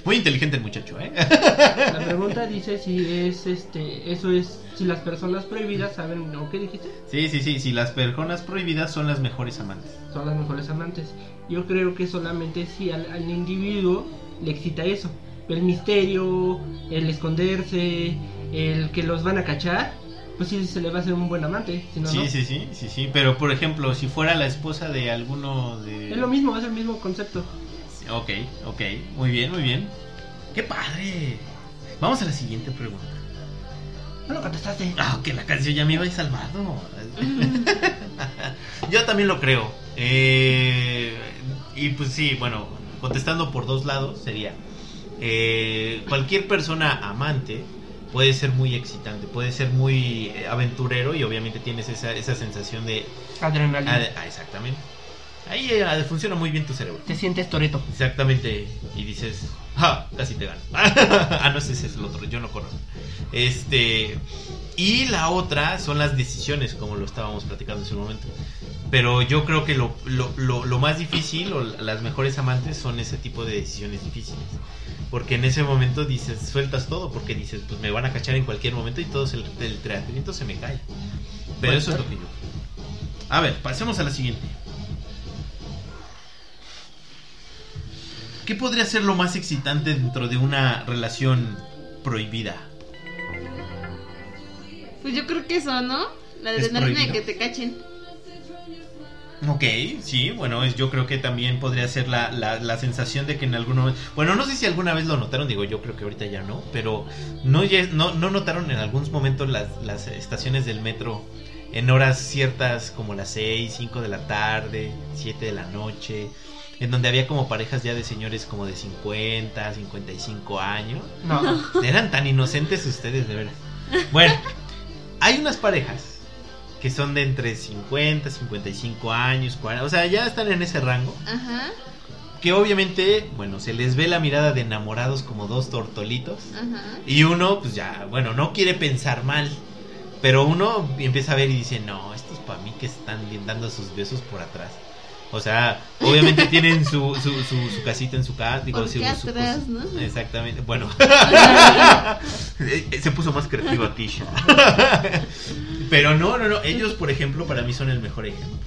Speaker 2: muy inteligente el muchacho, ¿eh? <laughs>
Speaker 4: La pregunta dice si es este, eso es si las personas prohibidas saben o qué dijiste,
Speaker 2: sí, sí, sí, sí, las personas prohibidas son las mejores amantes.
Speaker 4: son las mejores amantes. Yo creo que solamente si al, al individuo le excita eso, el misterio, el esconderse, el que los van a cachar, pues sí se le va a hacer un buen amante, si no, no.
Speaker 2: Sí, sí, sí, sí, sí. Pero, por ejemplo, si fuera la esposa de alguno de...
Speaker 4: Es lo mismo, es el mismo concepto.
Speaker 2: Ok, ok. Muy bien, muy bien. ¡Qué padre! Vamos a la siguiente pregunta.
Speaker 4: No lo contestaste.
Speaker 2: Ah, que la canción ya me iba salvado. Yo también lo creo. Eh, y pues sí, bueno, contestando por dos lados sería, eh, cualquier persona amante puede ser muy excitante, puede ser muy eh, aventurero y obviamente tienes esa, esa sensación de...
Speaker 4: Adrenalina.
Speaker 2: ah, ah, exactamente. Ahí eh, ah, funciona muy bien tu cerebro.
Speaker 4: Te sientes toreto.
Speaker 2: Exactamente, y dices, ¡ja! Casi te gano. <laughs> ah, no, ese es el otro, yo no corro. Este. Y la otra son las decisiones, como lo estábamos platicando hace un momento. Pero yo creo que lo, lo- lo- lo más difícil, o las mejores amantes, son ese tipo de decisiones difíciles. Porque en ese momento dices, sueltas todo, porque dices, pues me van a cachar en cualquier momento y todo el, el teatrito se me cae. Pero
Speaker 4: Puede
Speaker 2: eso es
Speaker 4: ser.
Speaker 2: lo que yo. A ver, pasemos a la siguiente. ¿Qué podría ser lo más excitante dentro de una relación prohibida?
Speaker 3: Pues yo creo que eso, ¿no? La
Speaker 2: Es
Speaker 3: adrenalina de
Speaker 2: prohibido.
Speaker 3: que te cachen.
Speaker 2: Ok, sí, bueno, es, yo creo que también podría ser la, la- la sensación de que en algún momento... Bueno, no sé si alguna vez lo notaron, digo, yo creo que ahorita ya no, pero ¿no, lle- no, no notaron en algunos momentos las, las estaciones del metro en horas ciertas como las 6, 5 de la tarde, 7 de la noche, en donde había como parejas ya de señores como de 50, 55 años?
Speaker 4: No.
Speaker 2: <laughs> Eran tan inocentes ustedes, de veras. Bueno, hay unas parejas que son de entre 50, 55 años, 40, o sea, ya están en ese rango,
Speaker 3: Ajá,
Speaker 2: que obviamente, bueno, se les ve la mirada de enamorados como dos tortolitos,
Speaker 3: ajá.
Speaker 2: y uno, pues ya, bueno, no quiere pensar mal, pero uno empieza a ver y dice, no, estos para mí que están bien dando sus besos por atrás. O sea,
Speaker 3: <laughs>
Speaker 2: obviamente tienen su, su, su, su casita en su casa, digo,
Speaker 3: ¿Por
Speaker 2: su-
Speaker 3: qué
Speaker 2: su- su-
Speaker 3: atrás, no?
Speaker 2: Exactamente,
Speaker 3: <laughs>
Speaker 2: bueno. <laughs> Eh, eh, Se puso más creativo a Tisha.
Speaker 3: <laughs>
Speaker 2: Pero no, no, no. Ellos, por ejemplo, para mí son el mejor ejemplo.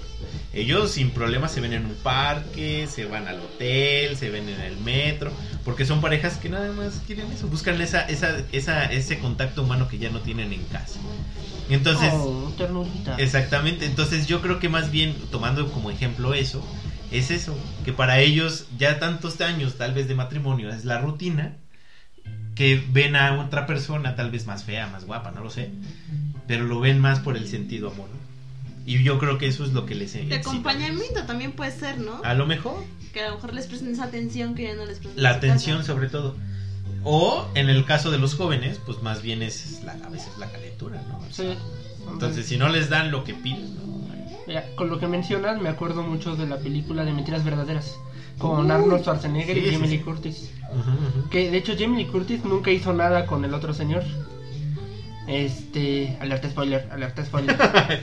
Speaker 2: Ellos sin problema se ven en un parque, se van al hotel, se ven en el metro, porque son parejas que nada más quieren eso, buscan esa, esa, esa, ese contacto humano que ya no tienen en casa. Entonces,
Speaker 4: Oh, ternurita.
Speaker 2: Exactamente, entonces yo creo que más bien tomando como ejemplo eso, es eso, que para ellos ya tantos años tal vez de matrimonio es la rutina, que ven a otra persona tal vez más fea, más guapa, no lo sé, pero lo ven más por el sentido amor. Y yo creo que eso es lo que les
Speaker 3: De
Speaker 2: excita.
Speaker 3: acompañamiento también puede ser, ¿no?
Speaker 2: A lo mejor
Speaker 3: Que a lo mejor les presten esa atención que ya no les prestan.
Speaker 2: la
Speaker 3: en su
Speaker 2: atención
Speaker 3: casa.
Speaker 2: sobre todo. O en el caso de los jóvenes, pues más bien es la, a veces la calentura, ¿no? O sea,
Speaker 4: Sí.
Speaker 2: Entonces si no les dan lo que piden, ¿no?
Speaker 4: Mira, con lo que mencionas, me acuerdo mucho de la película de Mentiras Verdaderas con Arnold Schwarzenegger
Speaker 2: sí,
Speaker 4: y
Speaker 2: sí,
Speaker 4: Jamie Lee
Speaker 2: sí.
Speaker 4: Curtis.
Speaker 2: Ujú, ujú.
Speaker 4: Que de hecho, Jamie Lee Curtis nunca hizo nada con el otro señor. Este, alerta spoiler,
Speaker 2: <laughs>
Speaker 4: alerta spoiler.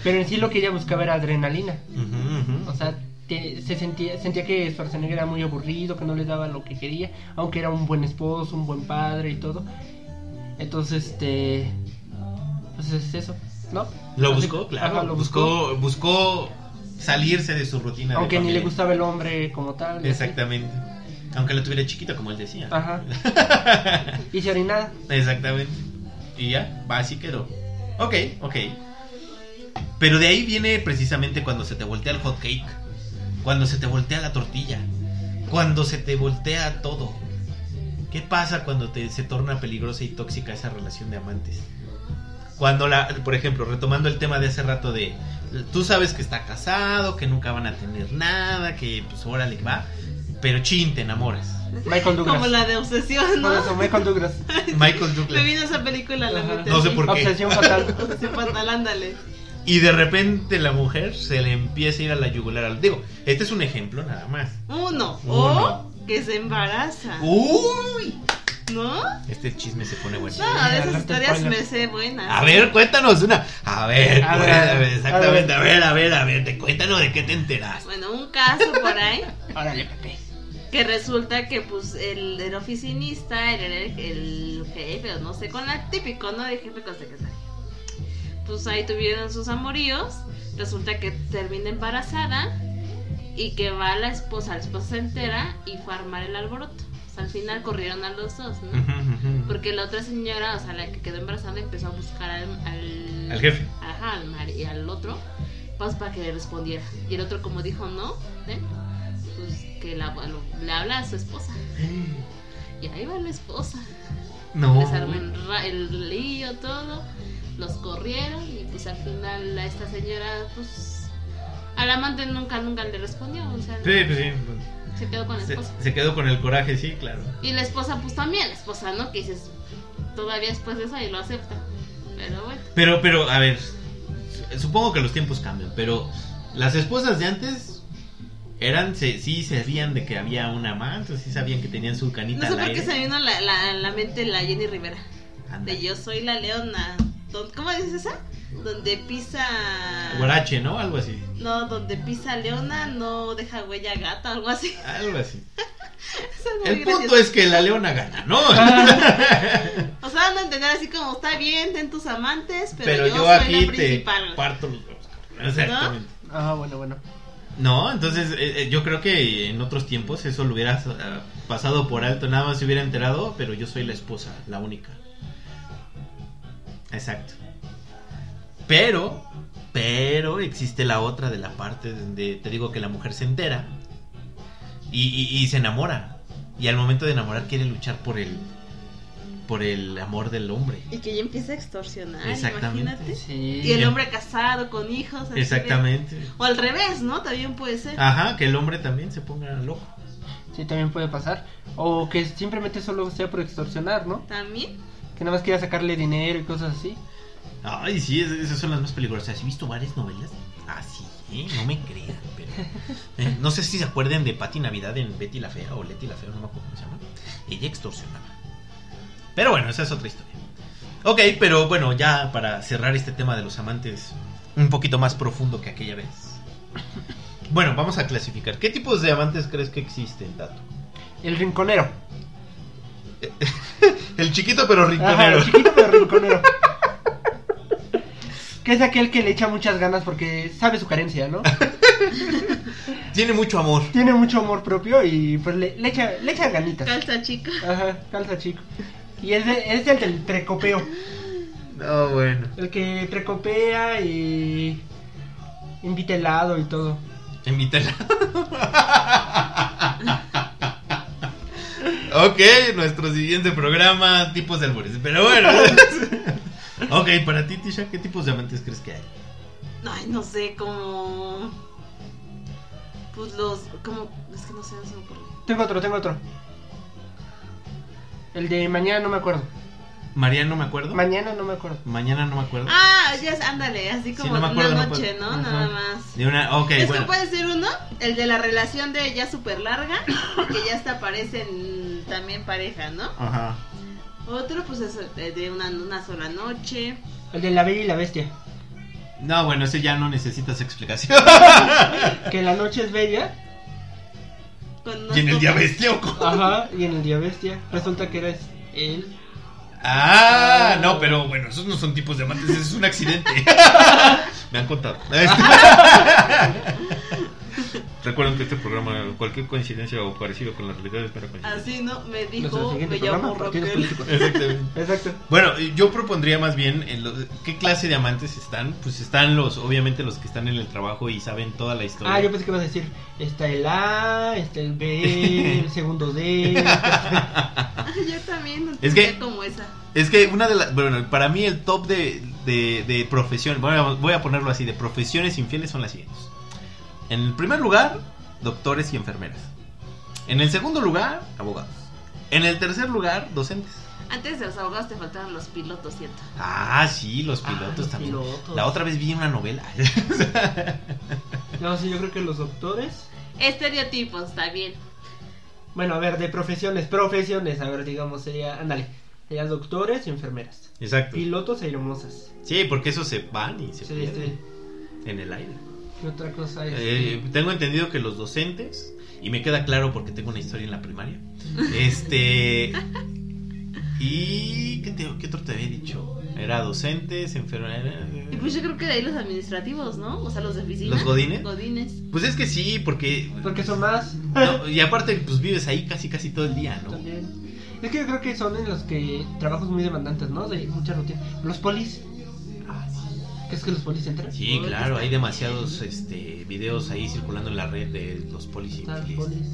Speaker 4: Pero en sí lo que ella buscaba era adrenalina.
Speaker 2: Ujú, ujú.
Speaker 4: O sea, te- se sentía, sentía que Schwarzenegger era muy aburrido, que no le daba lo que quería, aunque era un buen esposo, un buen padre y todo. Entonces, este, pues es eso, ¿no?
Speaker 2: Lo
Speaker 4: Así-
Speaker 2: buscó, claro.
Speaker 4: ajá, lo buscó.
Speaker 2: buscó, buscó salirse de su rutina. de
Speaker 4: Aunque ni
Speaker 2: familia.
Speaker 4: le gustaba el hombre como tal. y así.
Speaker 2: Exactamente. Aunque lo tuviera chiquito, como él decía. <laughs>
Speaker 4: Ajá. y se orinaba.
Speaker 2: Exactamente. Y ya, va, así quedó. Ok, ok. Pero de ahí viene precisamente cuando se te voltea el hot cake, cuando se te voltea la tortilla, cuando se te voltea todo. ¿Qué pasa cuando te- se torna peligrosa y tóxica esa relación de amantes? Cuando la, por ejemplo, retomando el tema de hace rato de tú sabes que está casado, que nunca van a tener nada, que pues órale va, pero chin te enamoras.
Speaker 4: Michael Douglas.
Speaker 3: Como la de obsesión, ¿no?
Speaker 4: Por eso, Michael Douglas.
Speaker 2: Michael
Speaker 3: Me
Speaker 2: Douglas.
Speaker 3: vino esa película a la
Speaker 4: Ajá.
Speaker 3: mente.
Speaker 2: No sé
Speaker 3: sí.
Speaker 2: por qué.
Speaker 4: Obsesión fatal.
Speaker 3: <laughs>
Speaker 2: <laughs>
Speaker 3: Obsesión fatal, ándale.
Speaker 2: Y de repente la mujer se le empieza a ir a la yugular. Digo, este es un ejemplo nada más.
Speaker 3: Uno.
Speaker 2: Uno. Uh.
Speaker 3: O que se embaraza.
Speaker 2: Uy,
Speaker 3: ¿No?
Speaker 2: este chisme se pone bueno.
Speaker 3: No, de esas
Speaker 4: Alberto
Speaker 3: historias
Speaker 4: España.
Speaker 3: me sé buenas.
Speaker 2: A ver, cuéntanos una. A ver,
Speaker 4: A ver,
Speaker 2: cuéntame,
Speaker 4: a ver,
Speaker 2: exactamente. A ver, a ver, a ver. Te cuéntanos de qué te enteraste.
Speaker 3: Bueno, un caso por ahí
Speaker 4: Árale, Pepe.
Speaker 3: que resulta que pues el, el oficinista, el, el, el jefe, o no sé, con la típico, ¿no? De jefe con secretaria. Pues ahí tuvieron sus amoríos, resulta que termina embarazada y que va la esposa, la esposa se entera y fue a armar el alboroto. O sea, al final corrieron a los dos, ¿no? Porque la otra señora, o sea, la que quedó embarazada, empezó a buscar al, al,
Speaker 2: Al jefe.
Speaker 3: Ajá, al mar y al otro, pues para que le respondiera. Y el otro, como dijo no, ¿eh? pues que la- lo- le habla a su esposa. Y ahí va la esposa.
Speaker 2: No.
Speaker 3: Les armó el, ra- el lío, todo. Los corrieron y pues al final a esta señora, pues. Al amante nunca, nunca le respondió. O sea,
Speaker 2: Sí, pues sí.
Speaker 3: se quedó con la
Speaker 2: Se,
Speaker 3: esposa.
Speaker 2: se quedó con el coraje, sí, claro.
Speaker 3: Y la esposa, pues también, la esposa, ¿no? Que dices, todavía después de eso y lo acepta. Pero bueno.
Speaker 2: Pero, pero, a ver. su- Supongo que los tiempos cambian, pero las esposas de antes eran, se, sí sabían de que había una amante, sí sabían que tenían su
Speaker 3: No
Speaker 2: canita
Speaker 3: sé
Speaker 2: al
Speaker 3: por qué
Speaker 2: aire.
Speaker 3: se me vino a la, la, a la mente la Jenny Rivera.
Speaker 2: Anda.
Speaker 3: De yo soy la leona. Don- ¿Cómo dices esa? Donde pisa.
Speaker 2: Guarache, ¿no? Algo así.
Speaker 3: No, donde pisa leona no deja huella gata, algo así. <laughs>
Speaker 2: Algo así.
Speaker 3: Eso es muy
Speaker 2: El punto
Speaker 3: gracioso.
Speaker 2: es que la leona gana, ¿no?
Speaker 3: O sea, no entender así como está bien, ten tus amantes, <laughs> pero,
Speaker 2: pero,
Speaker 3: yo,
Speaker 2: yo
Speaker 3: soy
Speaker 2: aquí
Speaker 3: la
Speaker 2: te
Speaker 3: principal.
Speaker 2: parto los huevos. cabrón. Exactamente.
Speaker 4: Ah, bueno, bueno.
Speaker 2: ¿No? entonces eh, eh, yo creo que en otros tiempos eso lo hubieras ah, pasado por alto, nada más se hubiera enterado, pero yo soy la esposa, la única. Exacto. Pero, pero existe la otra de la parte donde te digo que la mujer se entera y, y- y se enamora. Y al momento de enamorar quiere luchar por el, por el amor del hombre.
Speaker 3: Y que ella empieza a extorsionar,
Speaker 2: Exactamente. em
Speaker 3: imagínate.
Speaker 4: Sí.
Speaker 3: Y el hombre casado con hijos. así de-
Speaker 2: Exactamente. Ah.
Speaker 3: O al revés, ¿no? También puede ser.
Speaker 2: Ajá, que el hombre también se ponga loco.
Speaker 4: Sí, también puede pasar. O que simplemente solo sea por extorsionar, ¿no?
Speaker 3: También.
Speaker 4: Que nada más quiera sacarle dinero y cosas así.
Speaker 2: Ay, sí, es- esas son las más peligrosas. ¿Has visto varias novelas? Ah, sí, ¿eh? no me crean,
Speaker 4: <laughs>
Speaker 2: pero... eh, no sé si se acuerdan de Patti Navidad en Betty la Fea o Letty la Fea, no me acuerdo cómo se llama. Ella extorsionaba. Pero bueno, esa es otra historia. Ok, pero bueno, ya para cerrar este tema de los amantes un poquito más profundo que aquella vez. Bueno, vamos a clasificar. ¿Qué tipos de amantes crees que existen, Tato?
Speaker 4: El rinconero.
Speaker 2: El chiquito pero
Speaker 4: Ajá,
Speaker 2: rinconero.
Speaker 4: el chiquito pero rinconero. <laughs> que es aquel que le echa muchas ganas porque sabe su
Speaker 2: <laughs>
Speaker 4: carencia, ¿no?
Speaker 2: Tiene mucho amor.
Speaker 4: Tiene mucho amor propio y pues le, le echa, le echa ganitas.
Speaker 3: Calza chico.
Speaker 4: Ajá, calza chico. Y es, de- es el del trecopeo.
Speaker 2: No, bueno.
Speaker 4: El que trecopea y invita helado y todo.
Speaker 2: Invítala. ok, nuestro siguiente programa, tipos de albures. Pero bueno. ok, para ti, Tisha, ¿qué tipos de amantes crees que hay?
Speaker 3: Ay, no sé, como. Pues los. Como. Es que no sé, no se me ocurre.
Speaker 4: Tengo otro, tengo otro. El de mañana no me acuerdo.
Speaker 2: Mariano, me acuerdo.
Speaker 4: Mañana no me acuerdo.
Speaker 2: Mañana no me acuerdo.
Speaker 3: Ah, ya, es- ándale, así
Speaker 2: Sí,
Speaker 3: como
Speaker 2: no me acuerdo,
Speaker 3: una
Speaker 2: no
Speaker 3: noche,
Speaker 2: puedo.
Speaker 3: ¿no?
Speaker 4: Ajá.
Speaker 3: Nada más.
Speaker 2: De una, ok,
Speaker 3: es
Speaker 2: bueno.
Speaker 3: que puede ser uno, el de la relación de ya súper larga, que ya hasta parecen también pareja, ¿no?
Speaker 2: Ajá.
Speaker 3: Otro, pues es eh, de una, una sola noche.
Speaker 4: El de la bella y la bestia.
Speaker 2: No, bueno, ese ya no necesitas explicación. <laughs>
Speaker 4: Que la noche es bella.
Speaker 3: Con unos
Speaker 2: ¿Y en el día
Speaker 3: copas.
Speaker 2: bestia o cómo?
Speaker 4: Ajá. Y en el día bestia. Resulta que eres él.
Speaker 2: Ah, no, pero bueno, esos no son tipos de amantes, eso es un <laughs> accidente. Me han contado. <laughs> Este- Recuerden que este programa, cualquier coincidencia o parecido con la realidad es mera coincidencia.
Speaker 3: Así, ¿no? Me
Speaker 4: Nuestro
Speaker 3: dijo,
Speaker 4: siguiente
Speaker 3: me
Speaker 4: programa,
Speaker 3: llamó
Speaker 4: partidos
Speaker 3: Raquel.
Speaker 4: políticos.
Speaker 2: Exactamente.
Speaker 4: Exacto.
Speaker 2: Bueno, yo propondría más bien en lo- qué clase de amantes están. Pues están los, obviamente los que están en el trabajo y saben toda la historia.
Speaker 4: Ah, yo pensé que ibas a decir. Está el A, está el
Speaker 2: <laughs>
Speaker 4: B, el segundo D.
Speaker 3: <laughs> Yo también, no
Speaker 2: Es que-
Speaker 3: tenía como esa.
Speaker 2: Es que una de las, bueno, para mí el top de de, de profesión, voy a, voy a ponerlo así, de profesiones infieles son las siguientes. En el primer lugar, doctores y enfermeras. En el segundo lugar, abogados. En el tercer lugar, docentes.
Speaker 3: Antes de los abogados te faltaron los pilotos, ¿cierto?
Speaker 2: Ah, sí, los
Speaker 4: Ah,
Speaker 2: pilotos
Speaker 4: los
Speaker 2: también.
Speaker 4: pilotos.
Speaker 2: La otra vez vi una
Speaker 4: <laughs>
Speaker 2: novela.
Speaker 4: No, sí, yo creo que los doctores.
Speaker 3: Estereotipos también.
Speaker 4: Bueno, a ver, de profesiones, profesiones, a ver, digamos, sería, ándale, sería doctores y enfermeras.
Speaker 2: Exacto.
Speaker 4: Pilotos e hermosas.
Speaker 2: Sí, porque esos se van y se
Speaker 4: Sí,
Speaker 2: pierden
Speaker 4: sí.
Speaker 2: en el aire.
Speaker 4: ¿Qué otra cosa es?
Speaker 2: Eh, tengo entendido que los docentes, y me queda claro porque tengo una historia en la primaria. Este. ¿Y qué, te- qué otro te había dicho? Era docentes, enfermeras.
Speaker 3: Y pues yo creo que de ahí los administrativos, ¿no? O sea, los de oficina.
Speaker 2: ¿Los godines?
Speaker 3: Godines.
Speaker 2: Pues es que sí, porque.
Speaker 4: Porque son más.
Speaker 2: No, y aparte, pues vives ahí casi casi todo el día, ¿no?
Speaker 4: También. Es que yo creo que son en los que trabajos muy demandantes, ¿no? De mucha rutina. Los polis.
Speaker 2: Ah, sí.
Speaker 4: ¿Qué es que los polis entran?
Speaker 2: Sí, claro, hay demasiados este, videos ahí circulando en la red de los
Speaker 4: Están
Speaker 2: policías.
Speaker 4: los polis.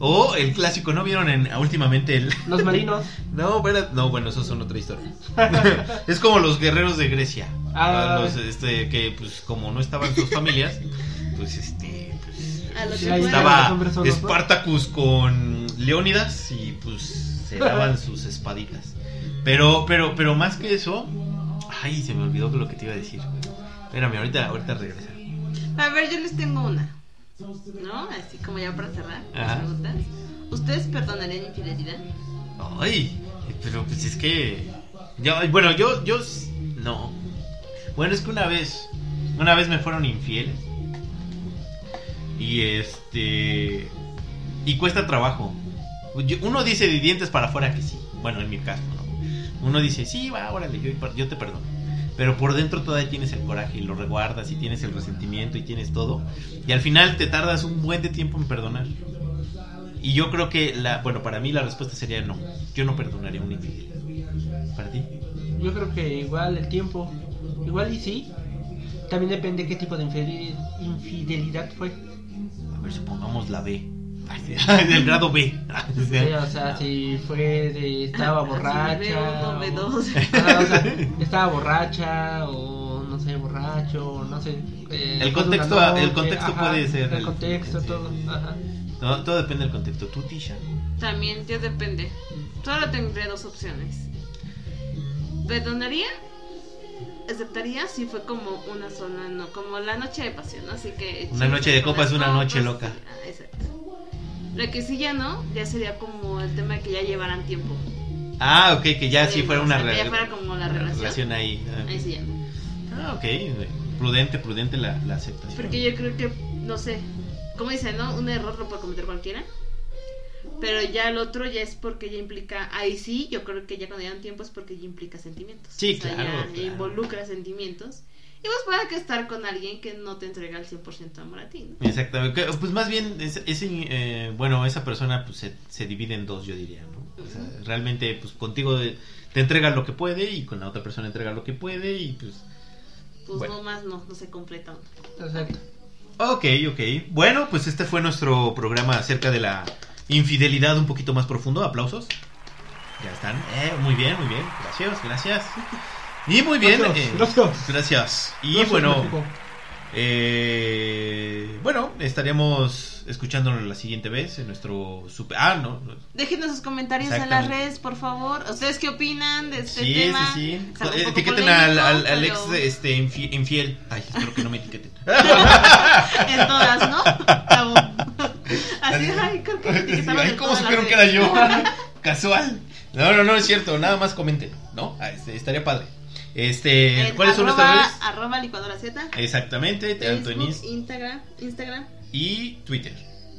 Speaker 2: O el clásico, ¿no vieron en, últimamente el...
Speaker 4: Los marinos.
Speaker 2: No, pero- no, bueno, esos son otra historia. <laughs> es como los guerreros de Grecia.
Speaker 4: Ah.
Speaker 2: Los, este, que pues como no estaban sus familias, pues este... Pues,
Speaker 3: A los
Speaker 4: Sí,
Speaker 3: que
Speaker 4: ahí
Speaker 3: puedan.
Speaker 4: estaba. los
Speaker 2: estaba
Speaker 4: hombres solos, ¿no?
Speaker 2: Spartacus con Leónidas y pues se daban sus espaditas. Pero, pero, pero más que eso... Ay, se me olvidó lo que te iba a decir. Espérame, ahorita, ahorita regresa.
Speaker 3: A ver, yo les tengo una. ¿No? Así como ya para cerrar las
Speaker 2: Ajá.
Speaker 3: preguntas. ¿Ustedes perdonarían infidelidad?
Speaker 2: Ay, pero pues es que. Yo, bueno, yo, yo. s- No. Bueno, es que una vez. Una vez me fueron infieles. Y este. Y cuesta trabajo. Yo- Uno dice de dientes para afuera que sí. Bueno, en mi caso, ¿no? Uno dice, sí, va, órale, yo, yo te perdono. Pero por dentro todavía tienes el coraje y lo reguardas y tienes el resentimiento y tienes todo. Y al final te tardas un buen de tiempo en perdonar. Y yo creo que, la, bueno, para mí la respuesta sería no. Yo no perdonaría a un infiel. ¿Para ti?
Speaker 4: Yo creo que igual el tiempo. Igual y sí. También depende qué tipo de infidel- infidelidad fue.
Speaker 2: A ver, supongamos la B. <laughs> Del grado B. <laughs> O sea,
Speaker 4: Sí, ¿eh? o sea, si fue de estaba
Speaker 3: Ah,
Speaker 4: borracha.
Speaker 3: Así,
Speaker 4: o-
Speaker 3: B1, B2.
Speaker 4: Ah, o sea, estaba borracha o no sé, borracho, o no sé. eh,
Speaker 2: El
Speaker 4: fue de una
Speaker 2: contexto- ah,
Speaker 4: noche,
Speaker 2: el contexto puede ser
Speaker 4: El
Speaker 2: el-
Speaker 4: contexto,
Speaker 2: sí.
Speaker 4: todo. Ajá.
Speaker 2: no, todo depende del contexto. ¿Tú, Tisha?
Speaker 3: <laughs> También, yo depende. Solo tendré dos opciones. ¿Perdonaría? ¿Aceptaría si fue como una sola, no, como la noche de pasión, ¿no? Así que...
Speaker 2: Una noche de
Speaker 3: con
Speaker 2: copas,
Speaker 3: las
Speaker 2: una noche
Speaker 3: copas,
Speaker 2: loca.
Speaker 3: sí, ah, Exacto. Lo que sí ya no, ya sería como el tema que ya llevaran tiempo.
Speaker 2: Ah, ok, que ya sí
Speaker 3: Eh,
Speaker 2: fuera
Speaker 3: o
Speaker 2: una
Speaker 3: sea, que ya
Speaker 2: re-
Speaker 3: fuera como la relación.
Speaker 2: ahí. Ah,
Speaker 3: Ahí sí ya no.
Speaker 2: Ah, ok. Prudente, prudente la, la aceptación.
Speaker 3: Porque yo creo que, no sé, como dicen, ¿no? Un error lo puede cometer cualquiera. Pero ya el otro ya es porque ya implica, ahí sí, yo creo que ya cuando llevan tiempo es porque ya implica sentimientos.
Speaker 2: Sí, claro,
Speaker 3: ya
Speaker 2: claro.
Speaker 3: involucra sentimientos. Y vos pueda que estar con alguien que no te entrega el 100% amor a ti, ¿no?
Speaker 2: Exactamente. Pues más bien, es- ese, eh, bueno, esa persona pues, se, se divide en dos, yo diría, ¿no? O sea,
Speaker 3: Ujú.
Speaker 2: realmente, pues contigo eh, te entrega lo que puede y con la otra persona entrega lo que puede y pues...
Speaker 3: Pues
Speaker 2: Bueno.
Speaker 3: no más no, no se completa uno.
Speaker 4: Exacto.
Speaker 2: Ok, ok. Bueno, pues este fue nuestro programa acerca de la infidelidad un poquito más profundo. Aplausos. Ya están. Eh, muy bien, muy bien. Gracias, gracias. Y muy bien. eh,
Speaker 4: Gracias.
Speaker 2: gracias. Y
Speaker 4: Gracias,
Speaker 2: bueno...
Speaker 4: México.
Speaker 2: Eh, bueno, estaremos escuchándonos la siguiente vez en nuestro super. Ah, no. no.
Speaker 3: Déjenos sus comentarios en las
Speaker 2: Exactamente.
Speaker 3: redes, por favor. ¿Ustedes qué opinan de este
Speaker 2: Sí, sí,
Speaker 3: tema?
Speaker 2: sí.
Speaker 3: Es algo un
Speaker 2: Eh,
Speaker 3: poco
Speaker 2: Etiqueten al, al,
Speaker 3: polémico,
Speaker 2: al
Speaker 3: pero
Speaker 2: ex este, infi- infiel. Ay, espero que no me
Speaker 3: <laughs>
Speaker 2: etiqueten.
Speaker 3: <laughs> En todas, ¿no?
Speaker 2: <laughs>
Speaker 3: Así, ay, creo que me etiquetaron
Speaker 2: Ay,
Speaker 3: en
Speaker 2: ¿cómo
Speaker 3: todas
Speaker 2: supieron
Speaker 3: las
Speaker 2: que era
Speaker 3: redes.
Speaker 2: yo?
Speaker 3: <laughs>
Speaker 2: Casual. No, no, no es cierto. Nada más comenten, ¿no? Ah, este, estaría padre. Este,
Speaker 3: En
Speaker 2: ¿Cuáles son
Speaker 3: Eh, arroba,
Speaker 2: nuestras redes?
Speaker 3: Arroba licuadora Z.
Speaker 2: Exactamente, tanto en
Speaker 3: Facebook,
Speaker 2: Inst-
Speaker 3: Instagram, Instagram.
Speaker 2: y Twitter.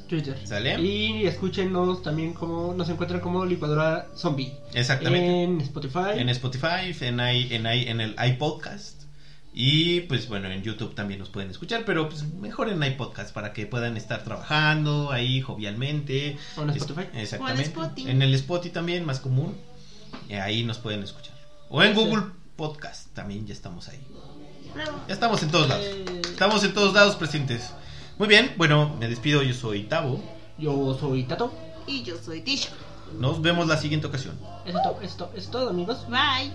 Speaker 4: Twitter.
Speaker 2: ¿Sale?
Speaker 4: Y escúchenos también como nos encuentran como licuadora zombie.
Speaker 2: Exactamente.
Speaker 4: En
Speaker 3: eh,
Speaker 4: Spotify.
Speaker 2: en Spotify, en, i- en, i- en el iPodcast. Y pues bueno, en YouTube también nos pueden escuchar, pero pues mejor en iPodcast para que puedan estar trabajando ahí jovialmente.
Speaker 4: o en Spotify.
Speaker 2: Es- exactamente.
Speaker 3: O en Spotify.
Speaker 2: En el Spotify también, más común. Y ahí nos pueden escuchar. O en
Speaker 4: Sí.
Speaker 2: Google Podcast también, ya estamos ahí.
Speaker 3: Bravo.
Speaker 2: Ya estamos en todos lados.
Speaker 4: Eh,
Speaker 2: Estamos en todos lados presentes. Muy bien, bueno, me despido, yo soy Tavo.
Speaker 4: Yo soy Tato.
Speaker 3: Y yo soy Tisha.
Speaker 2: Nos vemos la siguiente ocasión.
Speaker 4: Esto, esto, es todo amigos.
Speaker 3: Bye.